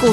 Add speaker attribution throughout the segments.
Speaker 1: 股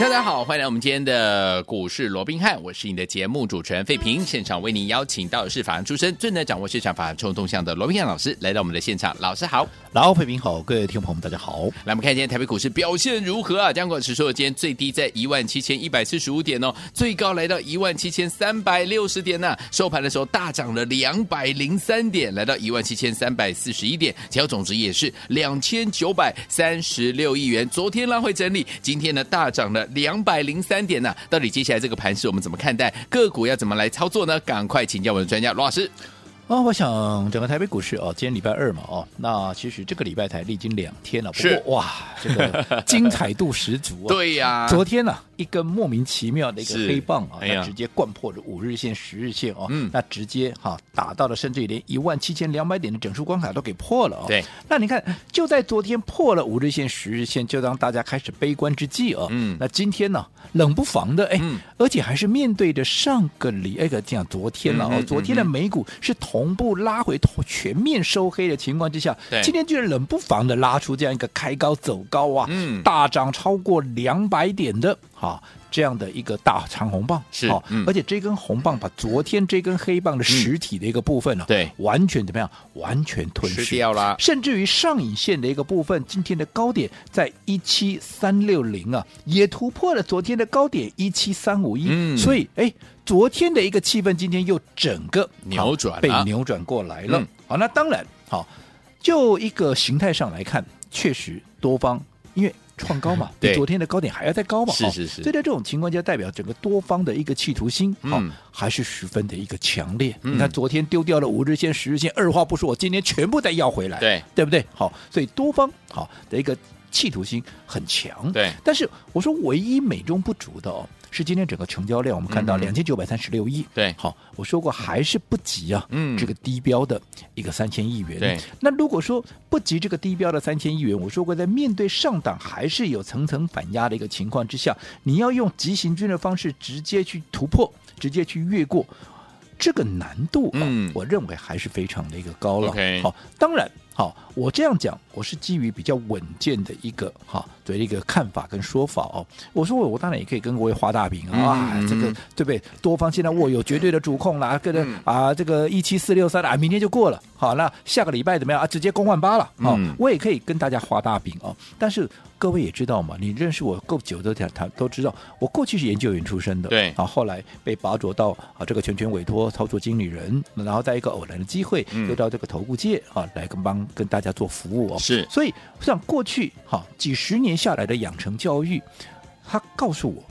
Speaker 2: 大家好，欢迎来我们今天的股市罗宾汉，我是你的节目主持人费平。现场为您邀请到的是法案出身、最能掌握市场法案冲动向的罗宾汉老师来到我们的现场。老师好，
Speaker 3: 老费平好，各位听众朋友们，大家好。
Speaker 2: 来我们看今天台北股市表现如何啊？江管指数今天最低在一万七千一百四十五点哦，最高来到一万七千三百六十点呢、哦收盘的时候大涨了两百零三点，来到一万七千三百四十一点，成交总值也是两千九百三十六亿元。昨天拉回整理，今天呢大涨了两百零三点呢、到底接下来这个盘势我们怎么看待？个股要怎么来操作呢？赶快请教我们的专家罗老师。
Speaker 3: 啊、我想整个台北股市哦，今天礼拜二嘛哦，那其实这个礼拜才历经两天了，
Speaker 2: 是
Speaker 3: 不过哇，这个精彩度十足 啊。。
Speaker 2: 对呀、
Speaker 3: 昨天呢、一根莫名其妙的一个
Speaker 2: 是
Speaker 3: 黑棒啊，
Speaker 2: 哎呀
Speaker 3: 那直接灌破了五日线、十日线哦，
Speaker 2: 嗯
Speaker 3: 那直接哈、打到了，甚至于连一万七千两百点的整数关卡都给破了哦。
Speaker 2: 对，
Speaker 3: 那你看，就在昨天破了五日线、十日线，就当大家开始悲观之际哦，
Speaker 2: 嗯
Speaker 3: 那今天呢、冷不防的哎，
Speaker 2: 嗯
Speaker 3: 而且还是面对着上个礼哎个讲昨天了、
Speaker 2: 嗯
Speaker 3: 哦
Speaker 2: 哼，
Speaker 3: 昨天的
Speaker 2: 嗯哼
Speaker 3: 美股是同步拉回同全面收黑的情况之下
Speaker 2: 对，
Speaker 3: 今天居然冷不防的拉出这样一个开高走高啊，
Speaker 2: 嗯
Speaker 3: 大涨超过两百点的啊。这样的一个大长红棒
Speaker 2: 是
Speaker 3: 好
Speaker 2: 嗯
Speaker 3: 而且这根红棒把昨天这根黑棒的实体的一个部分呢、
Speaker 2: 对
Speaker 3: 完全怎么样？完全吞噬
Speaker 2: 吃掉啦
Speaker 3: 甚至于上影线的一个部分，今天的高点在一七三六零啊，也突破了昨天的高点一七三五
Speaker 2: 嗯
Speaker 3: 一，所以哎，昨天的一个气氛，今天又整个好
Speaker 2: 扭转了
Speaker 3: 被扭转过来了。
Speaker 2: 嗯
Speaker 3: 好，那当然，好，就一个形态上来看，确实多方因为。创高嘛，
Speaker 2: 对
Speaker 3: 比昨天的高点还要再高嘛，
Speaker 2: 是
Speaker 3: 哦
Speaker 2: 是是
Speaker 3: 所以在这种情况下，代表整个多方的一个企图心，
Speaker 2: 嗯
Speaker 3: 好、还是十分的一个强烈。
Speaker 2: 嗯
Speaker 3: 你看昨天丢掉了五日线、十日线，二话不说，我今天全部再要回来。
Speaker 2: 对
Speaker 3: 对不对？好，所以多方好的一个企图心很强。
Speaker 2: 对
Speaker 3: 但是我说唯一美中不足的哦，是今天整个成交量，我们看到
Speaker 2: 嗯
Speaker 3: 两千九百三十六亿。
Speaker 2: 对
Speaker 3: 好，我说过还是不及啊，
Speaker 2: 嗯
Speaker 3: 这个低标的一个三千亿元。
Speaker 2: 对，
Speaker 3: 那如果说不及这个低标的三千亿元，我说过在面对上档还是有层层反压的一个情况之下，你要用急行军的方式直接去突破，直接去越过。这个难度啊，
Speaker 2: 嗯
Speaker 3: 我认为还是非常的一个高了。
Speaker 2: OK
Speaker 3: 好，当然，好，我这样讲，我是基于比较稳健的一个哈对一个看法跟说法哦。我说我我当然也可以跟各位画大饼啊，
Speaker 2: 嗯
Speaker 3: 啊
Speaker 2: 嗯
Speaker 3: 这个
Speaker 2: 嗯
Speaker 3: 对不对？多方现在握有绝对的主控啦，各个
Speaker 2: 嗯
Speaker 3: 啊这个一七四六三啊，明天就过了。好，那下个礼拜怎么样啊？直接攻万八了哦
Speaker 2: 嗯
Speaker 3: 我也可以跟大家画大饼哦。但是各位也知道嘛，你认识我够久的，他他都知道，我过去是研究员出身的，
Speaker 2: 对
Speaker 3: 啊，后来被拔擢到啊这个全权委托操作经理人，然后在一个偶然的机会，
Speaker 2: 嗯
Speaker 3: 又到这个投顾界啊来跟帮跟大家做服务哦。
Speaker 2: 是
Speaker 3: 所以像过去哈、几十年下来的养成教育，他告诉我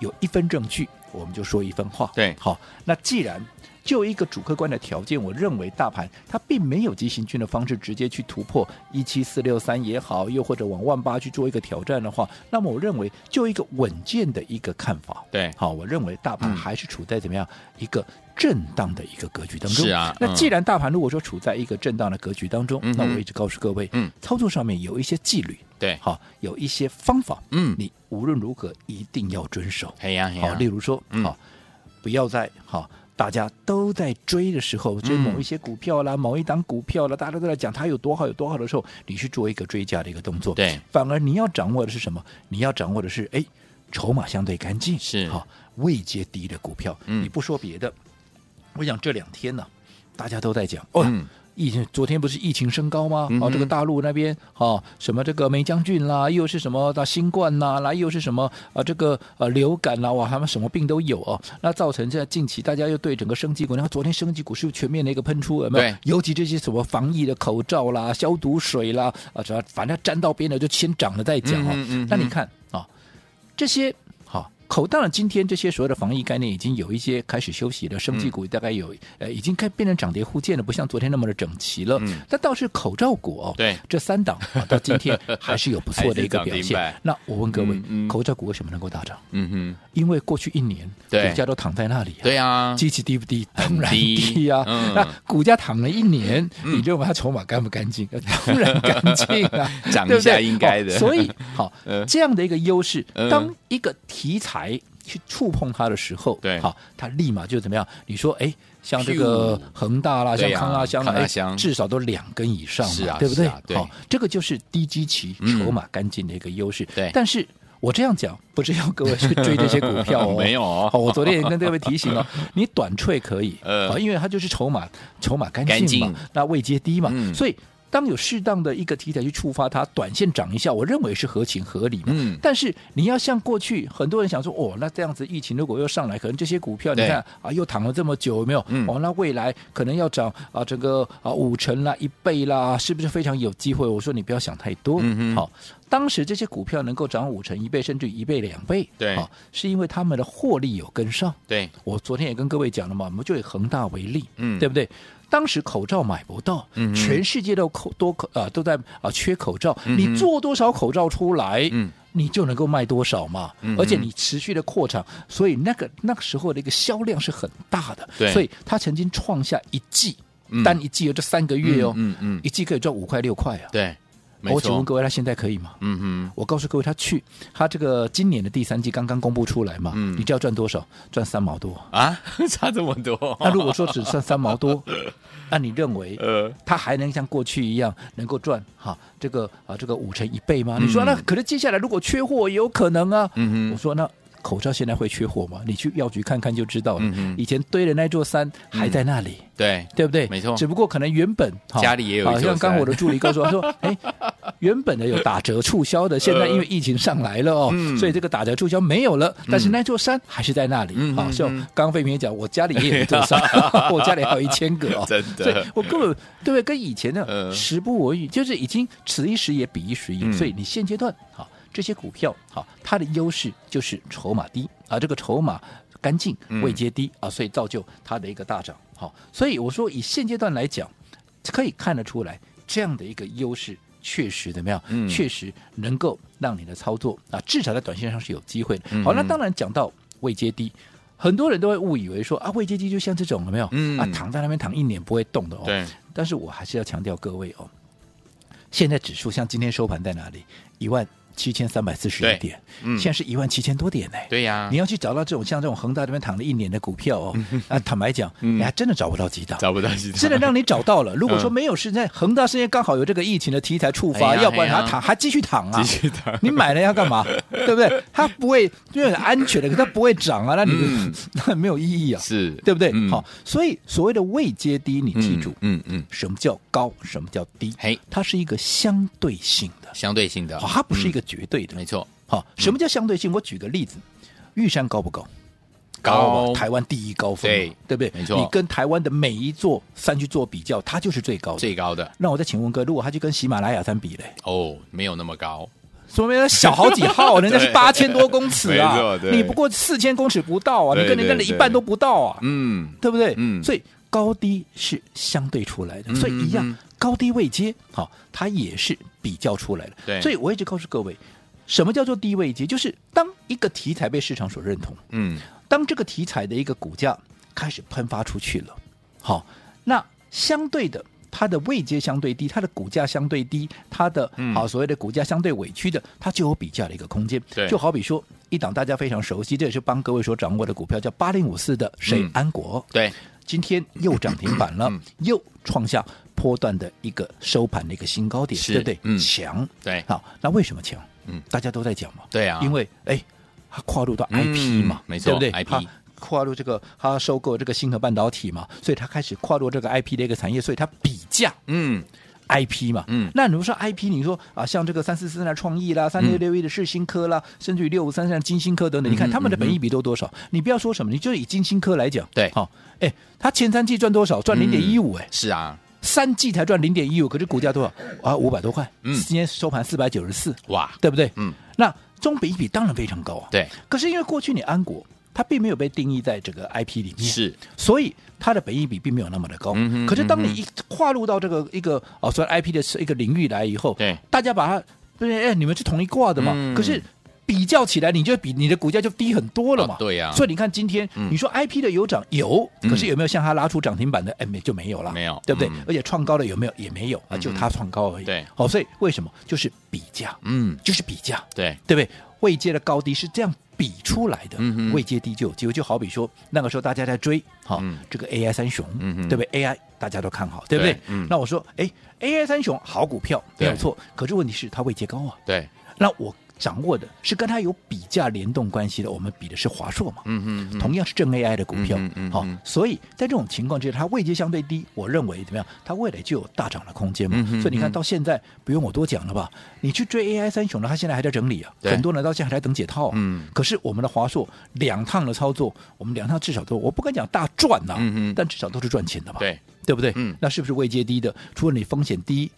Speaker 3: 有一分证据，我们就说一分话。
Speaker 2: 对
Speaker 3: 好，那既然就一个主客观的条件，我认为大盘它并没有急行军的方式直接去突破一七四六三也好，又或者往万八去做一个挑战的话，那么我认为就一个稳健的一个看法，
Speaker 2: 对
Speaker 3: 好，我认为大盘
Speaker 2: 嗯
Speaker 3: 还是处在怎么样、一个震荡的一个格局当中。
Speaker 2: 是啊
Speaker 3: 那
Speaker 2: 嗯
Speaker 3: 既然大盘如果说处在一个震荡的格局当中，
Speaker 2: 嗯
Speaker 3: 那
Speaker 2: 哼
Speaker 3: 我一直告诉各位，
Speaker 2: 嗯哎
Speaker 3: 操作上面有一些纪律，
Speaker 2: 对，
Speaker 3: 好，有一些方法，
Speaker 2: 嗯
Speaker 3: 你无论如何一定要遵守。
Speaker 2: 嘿呀嘿
Speaker 3: 好，
Speaker 2: 呀
Speaker 3: 例，如说，好、
Speaker 2: 嗯
Speaker 3: 不要在好。大家都在追的时
Speaker 2: 嗯
Speaker 3: 候，追某一些股票啦，某一档股票啦，大家都在讲它有多好有多好的时候，你去做一个追加的一个动作。
Speaker 2: 对，
Speaker 3: 反而你要掌握的是什么？你要掌握的是，哎，筹码相对干净，
Speaker 2: 是
Speaker 3: 好未接低的股票。
Speaker 2: 嗯
Speaker 3: 你不说别的，我想这两天呢、大家都在讲哦。
Speaker 2: 嗯
Speaker 3: 疫情昨天不是疫情升高吗？
Speaker 2: 嗯
Speaker 3: 哦，
Speaker 2: 哼
Speaker 3: 这个大陆那边哦，什么这个梅将军啦，又是什么的新冠啦，啦又是什么啊、这个呃流感啦，哇，他们什么病都有哦。那造成现在近期大家又对整个升级股，然后昨天升级股是不是全面的一个喷出，有没有
Speaker 2: 对？
Speaker 3: 尤其这些什么防疫的口罩啦、消毒水啦，啊，只要反正沾到边的就先涨了再讲哦。
Speaker 2: 嗯哼嗯哼
Speaker 3: 那你看啊、这些好、口当然今天这些所谓的防疫概念已经有一些开始休息了，生技
Speaker 2: 嗯
Speaker 3: 股大概有、呃已经该变成涨跌互见了，不像昨天那么的整齐了。
Speaker 2: 嗯
Speaker 3: 但倒是口罩股哦，
Speaker 2: 对
Speaker 3: 这三档、啊、到 今天还是有不错的一个
Speaker 2: 还是
Speaker 3: 表
Speaker 2: 涨停
Speaker 3: 现
Speaker 2: 板。
Speaker 3: 那我问各位，
Speaker 2: 嗯嗯
Speaker 3: 口罩股为什么能够大涨？
Speaker 2: 嗯哼，
Speaker 3: 因为过去一年
Speaker 2: 对
Speaker 3: 股价都躺在那里、啊。
Speaker 2: 对啊，
Speaker 3: 基期低不低？当然
Speaker 2: 低
Speaker 3: 低呀、
Speaker 2: 嗯，
Speaker 3: 那股价躺了一年，你认为它筹码干不干净？ 当然干净啊
Speaker 2: 涨一
Speaker 3: 对不对
Speaker 2: 下应该的
Speaker 3: 哦所以， 好
Speaker 2: 嗯，
Speaker 3: 这样的一个优势
Speaker 2: 嗯，
Speaker 3: 当一个题材去触碰它的时候，
Speaker 2: 对
Speaker 3: 好，它立马就怎么样？你说，哎。像这个
Speaker 2: 咻
Speaker 3: 恒大啦，
Speaker 2: 对
Speaker 3: 像
Speaker 2: 呀
Speaker 3: 康拉香啦，
Speaker 2: 康拉
Speaker 3: 哎
Speaker 2: 香
Speaker 3: 至少都两根以上嘛，
Speaker 2: 是啊
Speaker 3: 对不对？
Speaker 2: 是啊对
Speaker 3: 好，这个就是低基期、
Speaker 2: 嗯
Speaker 3: 筹码干净的一个优势。
Speaker 2: 对
Speaker 3: 但是我这样讲不是要各位去追这些股票 哦，
Speaker 2: 没有哦
Speaker 3: 好，我昨天也跟各位 提醒了，啊你短脆可以，啊
Speaker 2: 呃
Speaker 3: 好，因为它就是筹码筹码干
Speaker 2: 干
Speaker 3: 净嘛，
Speaker 2: 净
Speaker 3: 那位阶低嘛，
Speaker 2: 嗯
Speaker 3: 所以。当有适当的一个题材去触发它，短线涨一下，我认为是合情合理嘛。
Speaker 2: 嗯
Speaker 3: 但是你要像过去很多人想说，哦，那这样子疫情如果又上来，可能这些股票你
Speaker 2: 对
Speaker 3: 看啊，又躺了这么久，有没有？
Speaker 2: 嗯
Speaker 3: 哦，那未来可能要涨啊，这个啊五成啦、一倍啦，是不是非常有机会？我说你不要想太多。
Speaker 2: 嗯哼
Speaker 3: 好，当时这些股票能够涨五成、一倍，甚至一倍、两倍，
Speaker 2: 对
Speaker 3: 好，是因为他们的获利有跟上。
Speaker 2: 对，
Speaker 3: 我昨天也跟各位讲了嘛，我们就以恒大为例，
Speaker 2: 嗯
Speaker 3: 对不对？当时口罩买不到，
Speaker 2: 嗯哼
Speaker 3: 全世界都口多口啊、都在啊、缺口罩，
Speaker 2: 嗯哼
Speaker 3: 你做多少口罩出来，
Speaker 2: 嗯
Speaker 3: 你就能够卖多少嘛，
Speaker 2: 嗯哼
Speaker 3: 而且你持续的扩产，所以那个那个时候的一个销量是很大的，
Speaker 2: 对
Speaker 3: 所以它曾经创下一季、
Speaker 2: 嗯
Speaker 3: 单一季有这三个月哦，
Speaker 2: 嗯嗯嗯
Speaker 3: 一季可以赚五块六块啊，
Speaker 2: 对，没
Speaker 3: 我请问
Speaker 2: 错，
Speaker 3: 各位，他现在可以吗？
Speaker 2: 嗯哼，
Speaker 3: 我告诉各位，他去他这个今年的第三季刚刚公布出来嘛，
Speaker 2: 嗯
Speaker 3: 你知道赚多少？赚三 毛多。
Speaker 2: 啊，差这么多，
Speaker 3: 那如果说只剩三毛多，那你认 为
Speaker 2: 呃，
Speaker 3: 它还能像过去一样能够赚哈这个啊这个五成一倍吗？你说
Speaker 2: 嗯
Speaker 3: 那可是接下来如果缺货也有可能啊。
Speaker 2: 嗯哼
Speaker 3: 我说那。口罩现在会缺货吗？你去药局看看就知道了。
Speaker 2: 嗯哼
Speaker 3: 以前堆的那座山还在那里，
Speaker 2: 对，
Speaker 3: 对不对？
Speaker 2: 没错
Speaker 3: 只不过可能原本哈
Speaker 2: 家里也有一座
Speaker 3: 啊像刚
Speaker 2: 山
Speaker 3: 我的助理告诉 我说，哎，原本的有打折促销的，现在因为疫情上来了哦，
Speaker 2: 嗯
Speaker 3: 所以这个打折促销没有了，但是那座山还是在那里。
Speaker 2: 嗯
Speaker 3: 好、
Speaker 2: 嗯
Speaker 3: 像
Speaker 2: 嗯
Speaker 3: 刚刚飞平也讲，我家里也有一座 山，我家里还有一千个哦，
Speaker 2: 真的
Speaker 3: 所以我根本对不对？跟以前
Speaker 2: 呃
Speaker 3: 的时不我与，就是已经此一时也彼一时也，
Speaker 2: 嗯
Speaker 3: 所以你现阶段好。这些股票好，它的优势就是筹码低啊，这个筹码干净
Speaker 2: 嗯，
Speaker 3: 位阶低、啊，所以造就它的一个大涨。好，所以我说以现阶段来讲，可以看得出来这样的一个优势。确实怎么样？
Speaker 2: 嗯
Speaker 3: 确实能够让你的操作啊，至少在短线上是有机会的。
Speaker 2: 嗯
Speaker 3: 好，那当然讲到位阶低，很多人都会误以为说啊，位阶低就像这种有没有？
Speaker 2: 嗯
Speaker 3: 啊，躺在那边躺一年不会动的哦。
Speaker 2: 对，
Speaker 3: 但是我还是要强调各位哦，现在指数像今天收盘在哪里？一万七千三百四十
Speaker 2: 对
Speaker 3: 一点，
Speaker 2: 嗯
Speaker 3: 现在是一万七千多点呢、
Speaker 2: 对呀
Speaker 3: 你，要去找到这种像这种恒大这边躺了一年的股票哦， 啊，坦白讲，
Speaker 2: 嗯
Speaker 3: 你还真的找不到几档。
Speaker 2: 找不到其他，
Speaker 3: 真的让你找到了。如果说
Speaker 2: 嗯
Speaker 3: 没有是在恒大事件刚好有这个疫情的题材触发，
Speaker 2: 哎呀
Speaker 3: 要不然
Speaker 2: 哎呀
Speaker 3: 它躺还继续躺啊，
Speaker 2: 继续躺
Speaker 3: 你买了要干嘛？ 对不对？它不会，因为很安全的，可它不会涨啊，那你、
Speaker 2: 嗯
Speaker 3: 那没有意义啊，
Speaker 2: 是，
Speaker 3: 对不对？
Speaker 2: 嗯
Speaker 3: 好，，所以所谓的未接低，你记住，
Speaker 2: 嗯嗯嗯，
Speaker 3: 什么叫高，什么叫低，
Speaker 2: 嘿，
Speaker 3: 它是一个相对性的，
Speaker 2: 相对性的
Speaker 3: 好，，它不是一
Speaker 2: 嗯
Speaker 3: 个绝对的。
Speaker 2: 没错，
Speaker 3: 好，什么叫相对性？我举个例子，玉山高不高？
Speaker 2: 高啊
Speaker 3: 吧台湾第一高峰嘛，
Speaker 2: 对
Speaker 3: 对不对？
Speaker 2: 没错
Speaker 3: 你跟台湾的每一座山去做比较，它就是最高的。
Speaker 2: 最高的
Speaker 3: 那我再请问哥，如果他去跟喜马拉雅山比嘞，
Speaker 2: 哦，没有那么高，
Speaker 3: 说明他小好几号， 人家是八千多公尺
Speaker 2: 没
Speaker 3: 啊
Speaker 2: 错，对
Speaker 3: 你不过四千公尺不到啊，
Speaker 2: 对
Speaker 3: 你跟人家的
Speaker 2: 对对
Speaker 3: 一半都不到啊，
Speaker 2: 嗯，
Speaker 3: 对不对？
Speaker 2: 嗯
Speaker 3: 所以高低是相对出来的，
Speaker 2: 嗯
Speaker 3: 所以
Speaker 2: 嗯
Speaker 3: 一样高低位阶，好，它也是比较出来的。
Speaker 2: 对
Speaker 3: 所以我一直告诉各位，什么叫做低位阶？就是当一个题材被市场所认同，
Speaker 2: 嗯，
Speaker 3: 当这个题材的一个股价开始喷发出去了，好，那相对的。它的位阶相对低，它的股价相对低，它的
Speaker 2: 嗯
Speaker 3: 好、所谓的股价相对委屈的，它就有比价的一个空间
Speaker 2: 对。
Speaker 3: 就好比说一档大家非常熟悉，这也是帮各位所掌握的股票，叫八零五四的谁、
Speaker 2: 嗯
Speaker 3: 安国，
Speaker 2: 对，
Speaker 3: 今天又涨停板了，
Speaker 2: 嗯
Speaker 3: 又创下波段的一个收盘的一个新高点，
Speaker 2: 是
Speaker 3: 对不对？
Speaker 2: 嗯
Speaker 3: 强，
Speaker 2: 对
Speaker 3: 好，那为什么强？
Speaker 2: 嗯
Speaker 3: 大家都在讲嘛，
Speaker 2: 对啊
Speaker 3: 因为哎，它跨入到
Speaker 2: 嗯
Speaker 3: IP 嘛，
Speaker 2: 没错
Speaker 3: 对不对
Speaker 2: IP
Speaker 3: 它跨入这个，它收购这个星河半导体嘛，所以它开始跨入这个 IP 的一个产业，所以它比价
Speaker 2: 嗯，
Speaker 3: IP 嘛，
Speaker 2: 嗯
Speaker 3: 那你说 IP，你说啊，像这个三四四的创意啦，三六六一的世新科啦，甚至于六五三三金星科
Speaker 2: 嗯
Speaker 3: 等等，你看他们的本益比都多少？你不要说什么，你就以金星科来讲，
Speaker 2: 对
Speaker 3: 好、哎，它前三季赚多少？赚零点一五，哎，
Speaker 2: 是啊，
Speaker 3: 三季才赚零点一五，可是股价多少啊？五百多块，
Speaker 2: 嗯
Speaker 3: 今天收盘四百九十四，
Speaker 2: 哇，
Speaker 3: 对不对？
Speaker 2: 嗯，
Speaker 3: 那中比一比当然非常高啊。
Speaker 2: 对，
Speaker 3: 可是因为过去你安国它并没有被定义在这个 IP 里面，
Speaker 2: 是
Speaker 3: 所以它的本益比并没有那么的高。
Speaker 2: 嗯哼
Speaker 3: 可是当你一跨入到这个一个哦，算 IP 的一个领域来以后，
Speaker 2: 对，
Speaker 3: 大家把它不是哎，你们是同一挂的嘛？
Speaker 2: 嗯
Speaker 3: 可是。比较起来，你就比你的股价就低很多了嘛。
Speaker 2: 哦对呀
Speaker 3: 所以你看今天，
Speaker 2: 嗯
Speaker 3: 你说 I P 的有涨有，
Speaker 2: 嗯
Speaker 3: 可是有没有像它拉出涨停板的？哎，没就没有了，
Speaker 2: 没有
Speaker 3: 对不对
Speaker 2: 嗯？
Speaker 3: 而且创高的有没有也没有啊，
Speaker 2: 嗯
Speaker 3: 就它创高而已。哦
Speaker 2: 对，
Speaker 3: 好，所以为什么就是比价，
Speaker 2: 嗯，
Speaker 3: 就是比价。
Speaker 2: 对，
Speaker 3: 对不对？位阶的高低是这样比出来的，
Speaker 2: 嗯哼
Speaker 3: 位阶低就有机会。就好比说那个时候大家在追，好、
Speaker 2: 嗯
Speaker 3: 这个 AI 三雄，
Speaker 2: 嗯哼
Speaker 3: 对不对？AI 大家都看好，对不对？
Speaker 2: 对嗯
Speaker 3: 那我说，哎，AI 三雄好股票没
Speaker 2: 对
Speaker 3: 有错，可是问题是它位阶高啊，
Speaker 2: 对，
Speaker 3: 那我掌握的是跟它有比价联动关系的，我们比的是华硕嘛，
Speaker 2: 嗯嗯，
Speaker 3: 同样是正 AI 的股票
Speaker 2: 嗯嗯嗯，
Speaker 3: 好、
Speaker 2: 嗯
Speaker 3: 所以在这种情况之下，它位阶相对低，我认为怎么样？它未来就有大涨的空间嘛。
Speaker 2: 嗯哼
Speaker 3: 所以你看
Speaker 2: 嗯
Speaker 3: 到现在，不用我多讲了吧？你去追 AI 三雄呢，它现在还在整理啊，
Speaker 2: 对
Speaker 3: 很多人到现在还在等解套、啊。
Speaker 2: 嗯，
Speaker 3: 可是我们的华硕两趟的操作，我们两趟至少都，我不敢讲大赚呐、
Speaker 2: 嗯哼
Speaker 3: 但至少都是赚钱的嘛。
Speaker 2: 对，
Speaker 3: 对不对？
Speaker 2: 嗯
Speaker 3: 那是不是位阶低的？除了你风险低。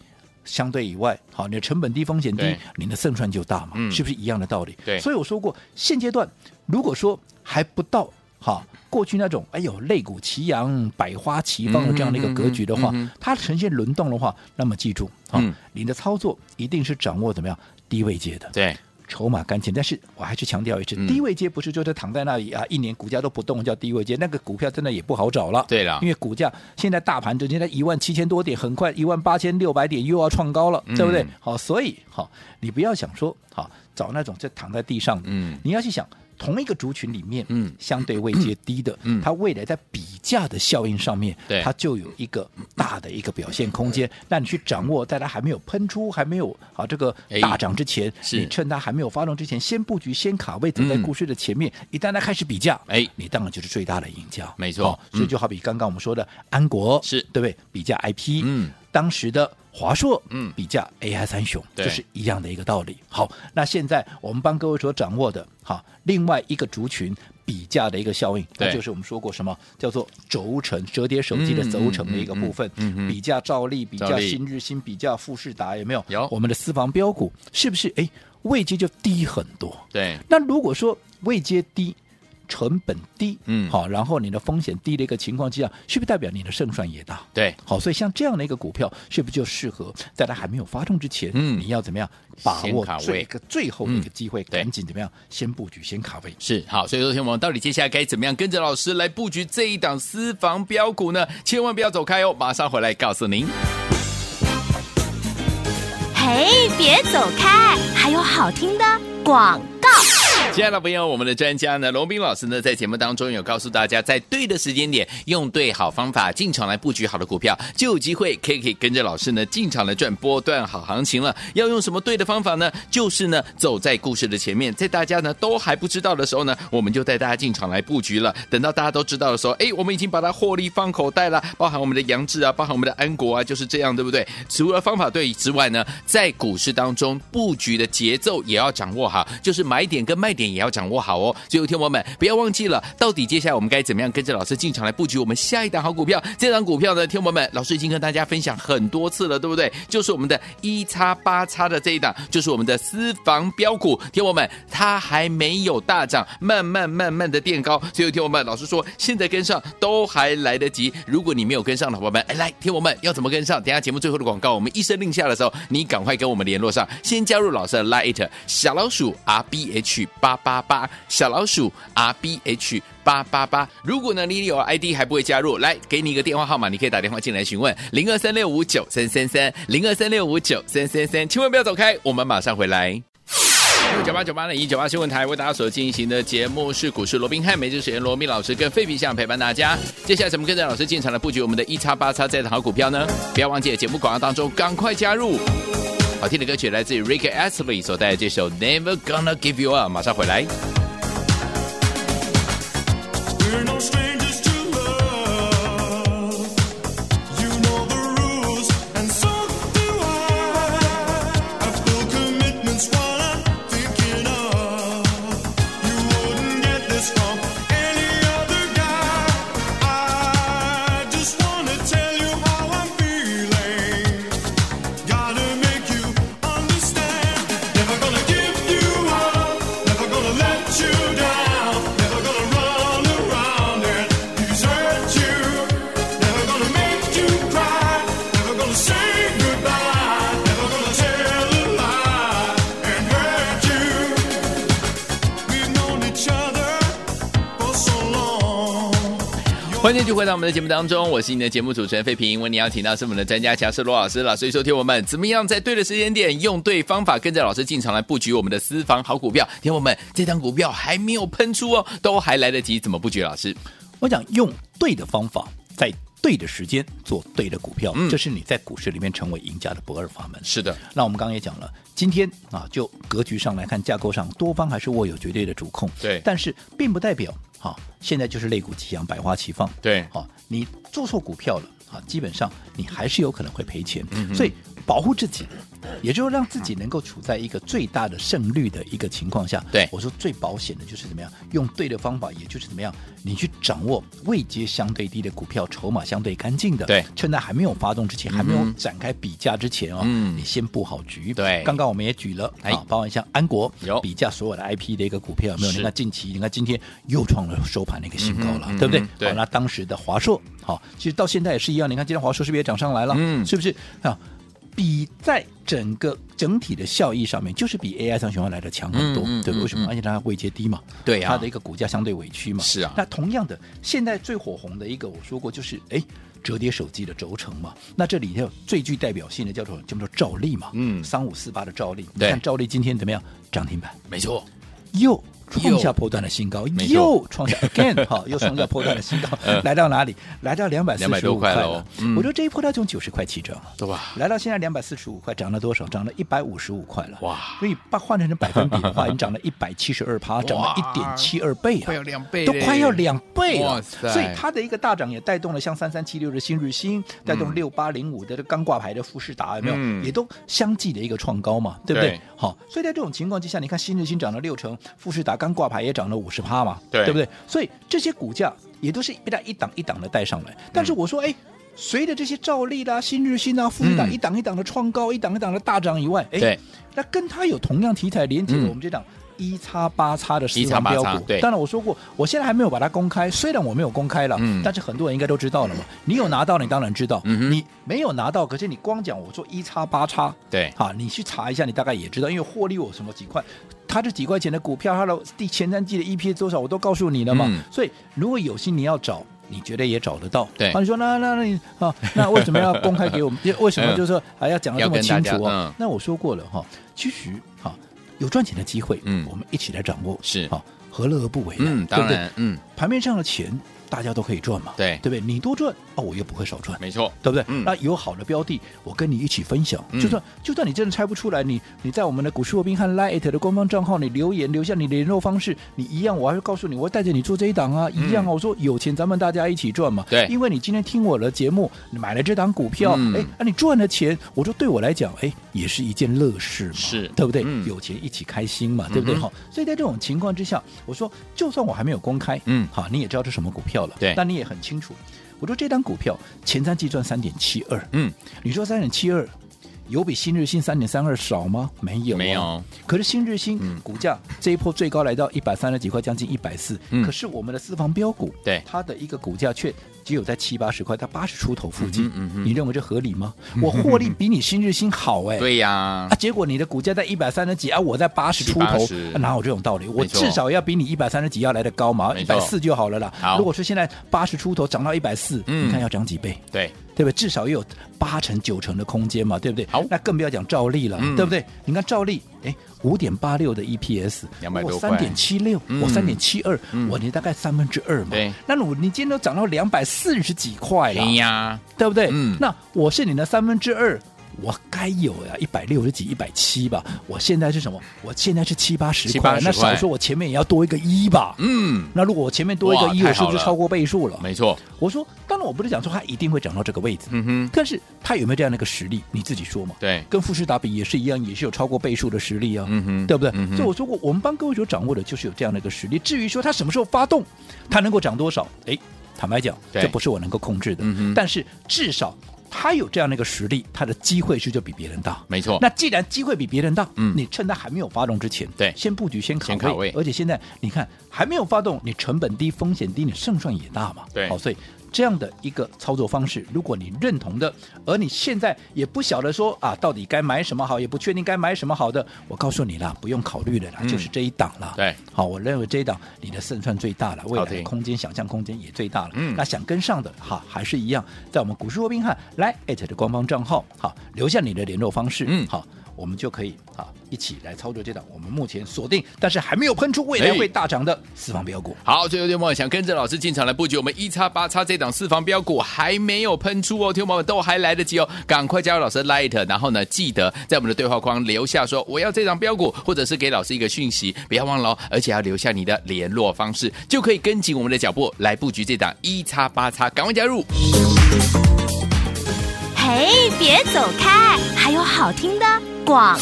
Speaker 3: 相对以外，好，你的成本低，风险低
Speaker 2: 对，
Speaker 3: 你的胜算就大嘛，
Speaker 2: 嗯
Speaker 3: 是不是一样的道理？
Speaker 2: 对
Speaker 3: 所以我说过，现阶段如果说还不到哈过去那种哎呦肋骨齐扬、百花齐放的这样的一个格局的话，
Speaker 2: 嗯哼嗯哼嗯
Speaker 3: 它呈现轮动的话，那么记住啊，
Speaker 2: 嗯
Speaker 3: 你的操作一定是掌握怎么样低位阶的，
Speaker 2: 对，
Speaker 3: 筹码干净，但是我还是强调一次，
Speaker 2: 嗯
Speaker 3: 低位阶不是就是躺在那里啊，一年股价都不动叫低位阶，那个股票真的也不好找了。
Speaker 2: 对啦
Speaker 3: 因为股价现在大盘直接在一万七千多点，很快一万八千六百点又要创高了，
Speaker 2: 嗯
Speaker 3: 对不对？好，所以好，你不要想说好找那种就躺在地上的，
Speaker 2: 嗯
Speaker 3: 你要去想。同一个族群里面，
Speaker 2: 嗯
Speaker 3: 相对位阶低的，
Speaker 2: 嗯
Speaker 3: 它未来在比价的效应上面，
Speaker 2: 对
Speaker 3: 它就有一个大的一个表现空间。那你去掌握，在它还没有喷出，还没有啊这个
Speaker 2: 哎
Speaker 3: 大涨之前，
Speaker 2: 是
Speaker 3: 你趁它还没有发动之前，先布局，先卡位，走在
Speaker 2: 嗯
Speaker 3: 故事的前面。一旦它开始比价，
Speaker 2: 哎
Speaker 3: 你当然就是最大的赢家。
Speaker 2: 没错
Speaker 3: 好所以
Speaker 2: 嗯
Speaker 3: 就好比刚刚我们说的安国，
Speaker 2: 是
Speaker 3: 对不对？比价 IP，
Speaker 2: 嗯，
Speaker 3: 当时的华硕，
Speaker 2: 嗯
Speaker 3: 比价 AI 三雄，
Speaker 2: 对
Speaker 3: 这是一样的一个道理。好，那现在我们帮各位所掌握的，好，另外一个族群。比价的一个效应，
Speaker 2: 对
Speaker 3: 那就是我们说过什么叫做轴承折叠手机的
Speaker 2: 嗯
Speaker 3: 轴承的一个部分，
Speaker 2: 嗯嗯嗯嗯
Speaker 3: 比价兆利，比
Speaker 2: 兆
Speaker 3: 价
Speaker 2: 利
Speaker 3: 新日新，比价富士达，有没有？
Speaker 2: 有
Speaker 3: 我们的私房标股是不是？哎，位阶就低很多。
Speaker 2: 对，
Speaker 3: 那如果说位阶低，成本低，
Speaker 2: 嗯
Speaker 3: 好，然后你的风险低的一个情况之下，是不是代表你的胜算也大？
Speaker 2: 对，
Speaker 3: 好，所以像这样的一个股票，是不是就适合在它还没有发动之前，
Speaker 2: 嗯
Speaker 3: 你要怎么样把
Speaker 2: 先
Speaker 3: 握
Speaker 2: 卡位
Speaker 3: 这个最后的一个
Speaker 2: 嗯
Speaker 3: 机会，
Speaker 2: 对
Speaker 3: 赶紧怎么样先布局，先卡位。
Speaker 2: 是好，所以昨天我们到底接下来该怎么样跟着老师来布局这一档私房标股呢？千万不要走开哦，马上回来告诉您。
Speaker 1: 嘿，别走开，还有好听的广告。
Speaker 2: 亲爱的朋友，我们的专家呢，龙斌老师呢，在节目当中有告诉大家，在对的时间点，用对好方法进场来布局好的股票，就有机会可以可以跟着老师呢进场来赚波段好行情了。要用什么对的方法呢？就是呢，走在故事的前面，在大家呢都还不知道的时候呢，我们就带大家进场来布局了。等到大家都知道的时候，哎，我们已经把它获利放口袋了，包含我们的杨志啊，包含我们的安国啊，就是这样，对不对？除了方法对之外呢，在股市当中布局的节奏也要掌握好，就是买点跟卖点也要掌握好哦。所以，听友们不要忘记了，到底接下来我们该怎么样跟着老师进场来布局我们下一档好股票？这档股票呢，听友们，老师已经跟大家分享很多次了，对不对？就是我们的一叉八叉的这一档，就是我们的私房标股。听友们，它还没有大涨，慢慢慢慢的垫高，所以听友们，老师说现在跟上都还来得及。如果你没有跟上的伙伴们，哎，来，听友们要怎么跟上？等一下节目最后的广告，我们一声令下的时候，你赶快跟我们联络上，先加入老师的 Lite 小老鼠 R B H 八八八，小老鼠 R B H。八八八，如果呢你有 ID 还不会加入，来给你一个电话号码，你可以打电话进来询问零二三六五九三三三零二三六五九三三三，千万不要走开，我们马上回来。九八九八零一九八新闻台为大家所进行的节目是股市罗宾汉，每日时间罗宾老师跟费皮相陪伴大家。接下来怎么跟着老师进场来布局我们的一叉八叉这的好股票呢？不要忘记节目广告当中赶快加入。好听的歌曲来自于 Ricky Astley 所带来这首 Never Gonna Give You Up，马上回来。
Speaker 4: We're no strangers to love. You know the rules, and so do I. I feel commitments while I'm thinking of you wouldn't get this from any other guy. I just wanna tell you how I'm feeling. Gotta make you understand. Never gonna give you up.
Speaker 2: 欢迎继续回到我们的节目当中，我是你的节目主持人费平。为你邀请到是我们的专家乔世罗老师了，所以说听我们怎么样在对的时间点，用对方法，跟着老师进场来布局我们的私房好股票。听我们这张股票还没有喷出哦，都还来得及，怎么布局？老师，
Speaker 3: 我讲用对的方法，在对的时间做对的股票，
Speaker 2: 嗯
Speaker 3: 这是你在股市里面成为赢家的不二法门。
Speaker 2: 是的，
Speaker 3: 那我们刚刚也讲了，今天啊，就格局上来看，架构上多方还是握有绝对的主控。
Speaker 2: 对
Speaker 3: 但是并不代表好、啊现在就是肋骨齐扬，百花齐放。
Speaker 2: 对
Speaker 3: 好、啊你做错股票了。啊，基本上你还是有可能会赔钱，
Speaker 2: 嗯
Speaker 3: 所以保护自己，也就是让自己能够处在一个最大的胜率的一个情况下。
Speaker 2: 对
Speaker 3: 我说最保险的就是怎么样，用对的方法，也就是怎么样，你去掌握位阶相对低的股票，筹码相对干净的。
Speaker 2: 对
Speaker 3: 趁它还没有发动之前，还没有展开比价之前哦，
Speaker 2: 嗯
Speaker 3: 你先布好局。
Speaker 2: 对
Speaker 3: 刚刚我们也举了，
Speaker 2: 哎
Speaker 3: 啊，包含像安国
Speaker 2: 有
Speaker 3: 比价所有的 IP 的一个股票有没有？
Speaker 2: 是
Speaker 3: 你看近期，你看今天又创了收盘的一个新高了，
Speaker 2: 嗯哼
Speaker 3: 对不对？
Speaker 2: 嗯哼对
Speaker 3: 好，那啊当时的华硕，好，其实到现在也是一样，你看今天华硕是不是也涨上来了？
Speaker 2: 嗯
Speaker 3: 是不是啊？比在整个整体的效益上面，就是比 AI 三雄要来的强很多，
Speaker 2: 嗯嗯
Speaker 3: 对
Speaker 2: 嗯
Speaker 3: 不对？为什么？
Speaker 2: 嗯
Speaker 3: 而且它位阶低嘛，
Speaker 2: 对啊
Speaker 3: 它的一个股价相对委屈嘛，
Speaker 2: 是啊
Speaker 3: 那同样的，现在最火红的一个，我说过就是哎。折叠手机的轴承嘛，那这里头最具代表性的叫做叫做兆例嘛，
Speaker 2: 嗯
Speaker 3: 三五四八的兆例，你
Speaker 2: 对
Speaker 3: 看兆例今天怎么样？涨停板
Speaker 2: 没错，
Speaker 3: 又创下
Speaker 2: 又
Speaker 3: 波段的新高，
Speaker 2: 没错
Speaker 3: 又创下 again 哈，又创下波段的新高，来到哪里？来到两百四
Speaker 2: 200
Speaker 3: 十
Speaker 2: 多
Speaker 3: 五
Speaker 2: 块
Speaker 3: 块
Speaker 2: 了
Speaker 3: 了
Speaker 2: 哦。嗯
Speaker 3: 我说这一波它从九十块起涨了，
Speaker 2: 对吧？
Speaker 3: 来到现在两百四十五块，涨了多少？涨了一百五十五块了。
Speaker 2: 哇
Speaker 3: 所以把换成成百分比的话，已经涨了一百七十二趴，涨了一点七二倍啊，
Speaker 2: 快要两倍
Speaker 3: 都
Speaker 2: 嘞
Speaker 3: 快要两倍
Speaker 2: 哇
Speaker 3: 了。
Speaker 2: 塞
Speaker 3: 所以它的一个大涨也带动了像三三七六的新日新，带动六八零五的这刚挂牌的富士达，有没有？
Speaker 2: 嗯
Speaker 3: 也都相继的一个创高嘛，对不对？
Speaker 2: 对
Speaker 3: 好，所以在这种情况之下，你看新日新涨了六成，富士达刚挂牌也涨了五十趴嘛，
Speaker 2: 对
Speaker 3: 不对？所以这些股价也都是被它一档一档的带上来。但是
Speaker 2: 嗯
Speaker 3: 我说，哎、随着这些兆例啦、新日新啊、富士达
Speaker 2: 嗯
Speaker 3: 一档一档的创高、一档一档的大涨以外，哎
Speaker 2: 对，
Speaker 3: 那跟它有同样题材连接的，
Speaker 2: 嗯
Speaker 3: 我们这档一叉八叉的私房
Speaker 2: 1x8x
Speaker 3: 标股，
Speaker 2: 对
Speaker 3: 当然我说过，我现在还没有把它公开，虽然我没有公开了，
Speaker 2: 嗯
Speaker 3: 但是很多人应该都知道了嘛。你有拿到，你当然知道；
Speaker 2: 嗯哼
Speaker 3: 你没有拿到，可是你光讲我做一叉八叉，
Speaker 2: 对
Speaker 3: 啊，你去查一下，你大概也知道，因为获利我什么几块，它这几块钱的股票，它的第前三季的 EPS 多少，我都告诉你了嘛。
Speaker 2: 嗯
Speaker 3: 所以如果有心你要找。你觉得也找得到？
Speaker 2: 对
Speaker 3: 啊，你说那那那你啊， 那为什么要公开给我们？为什么就是说还要讲的这么清
Speaker 2: 要
Speaker 3: 楚
Speaker 2: 跟大家嗯
Speaker 3: 哦？那我说过了哈，其实哈有赚钱的机会，
Speaker 2: 嗯
Speaker 3: 我们一起来掌握，
Speaker 2: 是
Speaker 3: 好何乐而不为呢？
Speaker 2: 嗯，
Speaker 3: 对
Speaker 2: 当
Speaker 3: 不对？
Speaker 2: 然，嗯，
Speaker 3: 盘面上的钱大家都可以赚嘛，
Speaker 2: 对
Speaker 3: 对不对？你多赚啊，我又不会少赚，
Speaker 2: 没错，
Speaker 3: 对不对？
Speaker 2: 嗯
Speaker 3: 那有好的标的，我跟你一起分享。
Speaker 2: 嗯
Speaker 3: 就算就算你真的猜不出来，你你在我们的股市罗宾汉 Lite 的官方账号，你留言留下你的联络方式，你一样，我还会告诉你，我会带着你做这一档啊，一样啊。我说有钱咱们大家一起赚嘛。
Speaker 2: 嗯对
Speaker 3: 因为你今天听我的节目，你买了这档股票，哎、
Speaker 2: 嗯
Speaker 3: 那、你赚了钱，我说对我来讲，哎，也是一件乐事嘛，
Speaker 2: 是
Speaker 3: 对不对？
Speaker 2: 嗯
Speaker 3: 有钱一起开心嘛，对不对？
Speaker 2: 嗯哼
Speaker 3: 好、所以在这种情况之下，我说就算我还没有公开，
Speaker 2: 嗯
Speaker 3: 好，你也知道这什么股票了，
Speaker 2: 对
Speaker 3: 但你也很清楚。我说这档股票前三季赚三点七二，
Speaker 2: 嗯，
Speaker 3: 你说三点七二有比新日新三点三二少吗？没有、啊
Speaker 2: 没有。嗯
Speaker 3: 可是新日新股价这一波最高来到一百三十几块，将近一百四
Speaker 2: 嗯。
Speaker 3: 可是我们的私房标股，
Speaker 2: 对
Speaker 3: 它的一个股价却只有在七八十块，它八十出头附近。
Speaker 2: 嗯哼嗯哼
Speaker 3: 你认为这合理 吗？我获利比你新日新好哎、
Speaker 2: 对呀、
Speaker 3: 啊，结果你的股价在一百三十几啊，我在八十出头、
Speaker 2: 80
Speaker 3: 啊哪有这种道理？我
Speaker 2: 没错
Speaker 3: 至少要比你一百三十几要来的高嘛，
Speaker 2: 没
Speaker 3: 一
Speaker 2: 错
Speaker 3: 百四就好了啦
Speaker 2: 好。
Speaker 3: 如果说现在八十出头涨到一百四，
Speaker 2: 嗯
Speaker 3: 你看要涨几倍？
Speaker 2: 对，
Speaker 3: 对不对？至少也有八成九成的空间嘛，对不对？
Speaker 2: 好
Speaker 3: 那更不要讲照例了，
Speaker 2: 嗯
Speaker 3: 对不对？你看照例，哎，五点八六的 EPS，
Speaker 2: 200
Speaker 3: 我
Speaker 2: 多块
Speaker 3: 三点七六，
Speaker 2: 嗯
Speaker 3: 我三点七二，我你大概三分之二嘛。
Speaker 2: 对
Speaker 3: 那我你今天都涨到两百四十几块了，
Speaker 2: 哎呀、
Speaker 3: 对不对？
Speaker 2: 嗯
Speaker 3: 那我是你的三分之二。我该有呀、1一百六十几、一百七吧。我现在是什么？我现在是七八十
Speaker 2: 七
Speaker 3: 块，
Speaker 2: 八十
Speaker 3: 那
Speaker 2: 块
Speaker 3: 少说我前面也要多一个一吧。
Speaker 2: 嗯，
Speaker 3: 那如果我前面多一
Speaker 2: 哇
Speaker 3: 个一，
Speaker 2: 太
Speaker 3: 我是
Speaker 2: 好
Speaker 3: 不是
Speaker 2: 了
Speaker 3: 超过倍数了？
Speaker 2: 没错，
Speaker 3: 我说，当然我不是讲说它一定会涨到这个位置，
Speaker 2: 嗯哼，
Speaker 3: 但是它有没有这样的一个实力，你自己说嘛。
Speaker 2: 对，
Speaker 3: 跟富士达比也是一样，也是有超过倍数的实力啊，
Speaker 2: 嗯哼
Speaker 3: 对不对？
Speaker 2: 嗯哼
Speaker 3: 所以我说过，我们帮各位所掌握的就是有这样的一个实力。至于说它什么时候发动，它能够涨多少，哎，坦白讲，
Speaker 2: 对
Speaker 3: 这不是我能够控制的。
Speaker 2: 嗯哼
Speaker 3: 但是至少它有这样的一个实力，它的机会是就比别人大。
Speaker 2: 没错，
Speaker 3: 那既然机会比别人大，
Speaker 2: 嗯
Speaker 3: 你趁它还没有发动之前，
Speaker 2: 对
Speaker 3: 先布局，先卡
Speaker 2: 先
Speaker 3: 位，
Speaker 2: 卡位
Speaker 3: 而且现在你看还没有发动，你成本低，风险低，你胜算也大嘛。
Speaker 2: 对
Speaker 3: 好，所以这样的一个操作方式，如果你认同的，而你现在也不晓得说啊，到底该买什么好，也不确定该买什么好的，我告诉你啦，不用考虑的啦，
Speaker 2: 嗯
Speaker 3: 就是这一档啦。
Speaker 2: 对，
Speaker 3: 好，我认为这一档你的胜算最大了，未来
Speaker 2: 好听
Speaker 3: 的空间想象空间也最大了。
Speaker 2: 嗯
Speaker 3: 那想跟上的哈，还是一样，在我们股市罗宾汉来艾特的官方账号，好，留下你的联络方式，
Speaker 2: 嗯
Speaker 3: 好。我们就可以啊，一起来操作这档我们目前锁定，但是还没有喷出未来
Speaker 2: 哎
Speaker 3: 会大涨的私房标股。
Speaker 2: 好，最后天友们想跟着老师进场来布局我们一叉八叉这档四房标股，还没有喷出哦，听友们都还来得及哦，赶快加入老师的 Light，然后呢，记得在我们的对话框留下说我要这档标股，或者是给老师一个讯息，不要忘了哦，而且要留下你的联络方式，就可以跟紧我们的脚步来布局这档一叉八叉，赶快加入。
Speaker 1: 嘿，别走开，还有好听的广。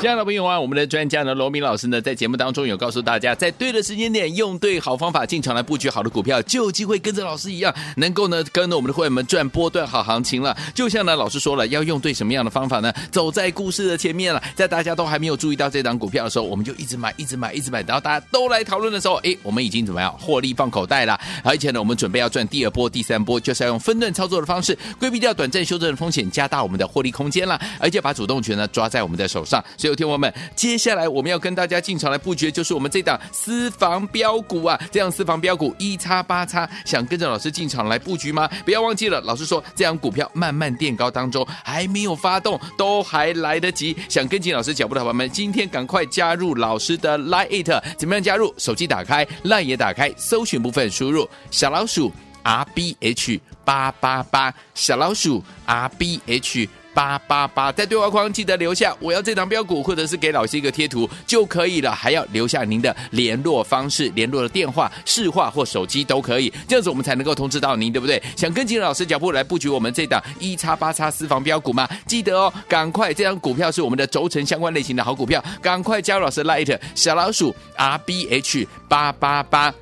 Speaker 2: 亲爱的朋友啊，我们的专家呢，罗明老师呢，在节目当中有告诉大家，在对的时间点，用对好方法进场来布局好的股票，就有机会跟着老师一样，能够呢跟着我们的会员们赚波段好行情了。就像呢老师说了，要用对什么样的方法呢？走在故事的前面了，在大家都还没有注意到这档股票的时候，我们就一直买，一直买，一直买，然后大家都来讨论的时候，诶，我们已经怎么样获利放口袋了？而且呢，我们准备要赚第二波、第三波，就是要用分段操作的方式，规避掉短暂修正的风险，加大我们的获利空间啦，而且把主动权呢抓在我们的手上。所以，有听友们，接下来我们要跟大家进场来布局，就是我们这档私房标股啊，这样私房标股一叉八叉，想跟着老师进场来布局吗？不要忘记了，老师说这样股票慢慢垫高当中还没有发动，都还来得及。想跟紧老师脚步的伙伴们，今天赶快加入老师的 Line It，怎么样加入？手机打开，Line 也打开，搜寻部分输入小老鼠 R B H 八八八，小老鼠 R B H。八八八，在对话框记得留下我要这档标股，或者是给老师一个贴图就可以了，还要留下您的联络方式、联络的电话、市话或手机都可以，这样子我们才能够通知到您，对不对？想跟紧老师脚步来布局我们这档一叉八叉私房标股吗？记得哦，赶快，这档股票是我们的轴承相关类型的好股票，赶快加入老师 Light 小老鼠 R B H 八八八。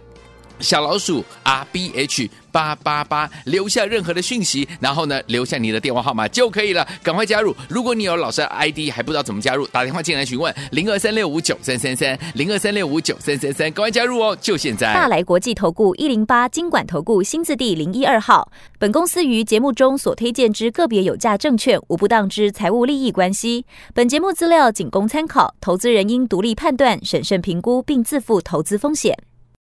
Speaker 2: 小老鼠 R B H 八八八，留下任何的讯息，然后呢，留下你的电话号码就可以了，赶快加入。如果你有老师的 ID 还不知道怎么加入，打电话进来询问零二三六五九三三三零二三六五九三三三，赶快加入哦，就现在。
Speaker 5: 大来国际投顾一零八金管投顾新字第零一二号。本公司于节目中所推荐之个别有价证券，无不当之财务利益关系。本节目资料仅供参考，投资人应独立判断、审慎评估，并自负投资风险。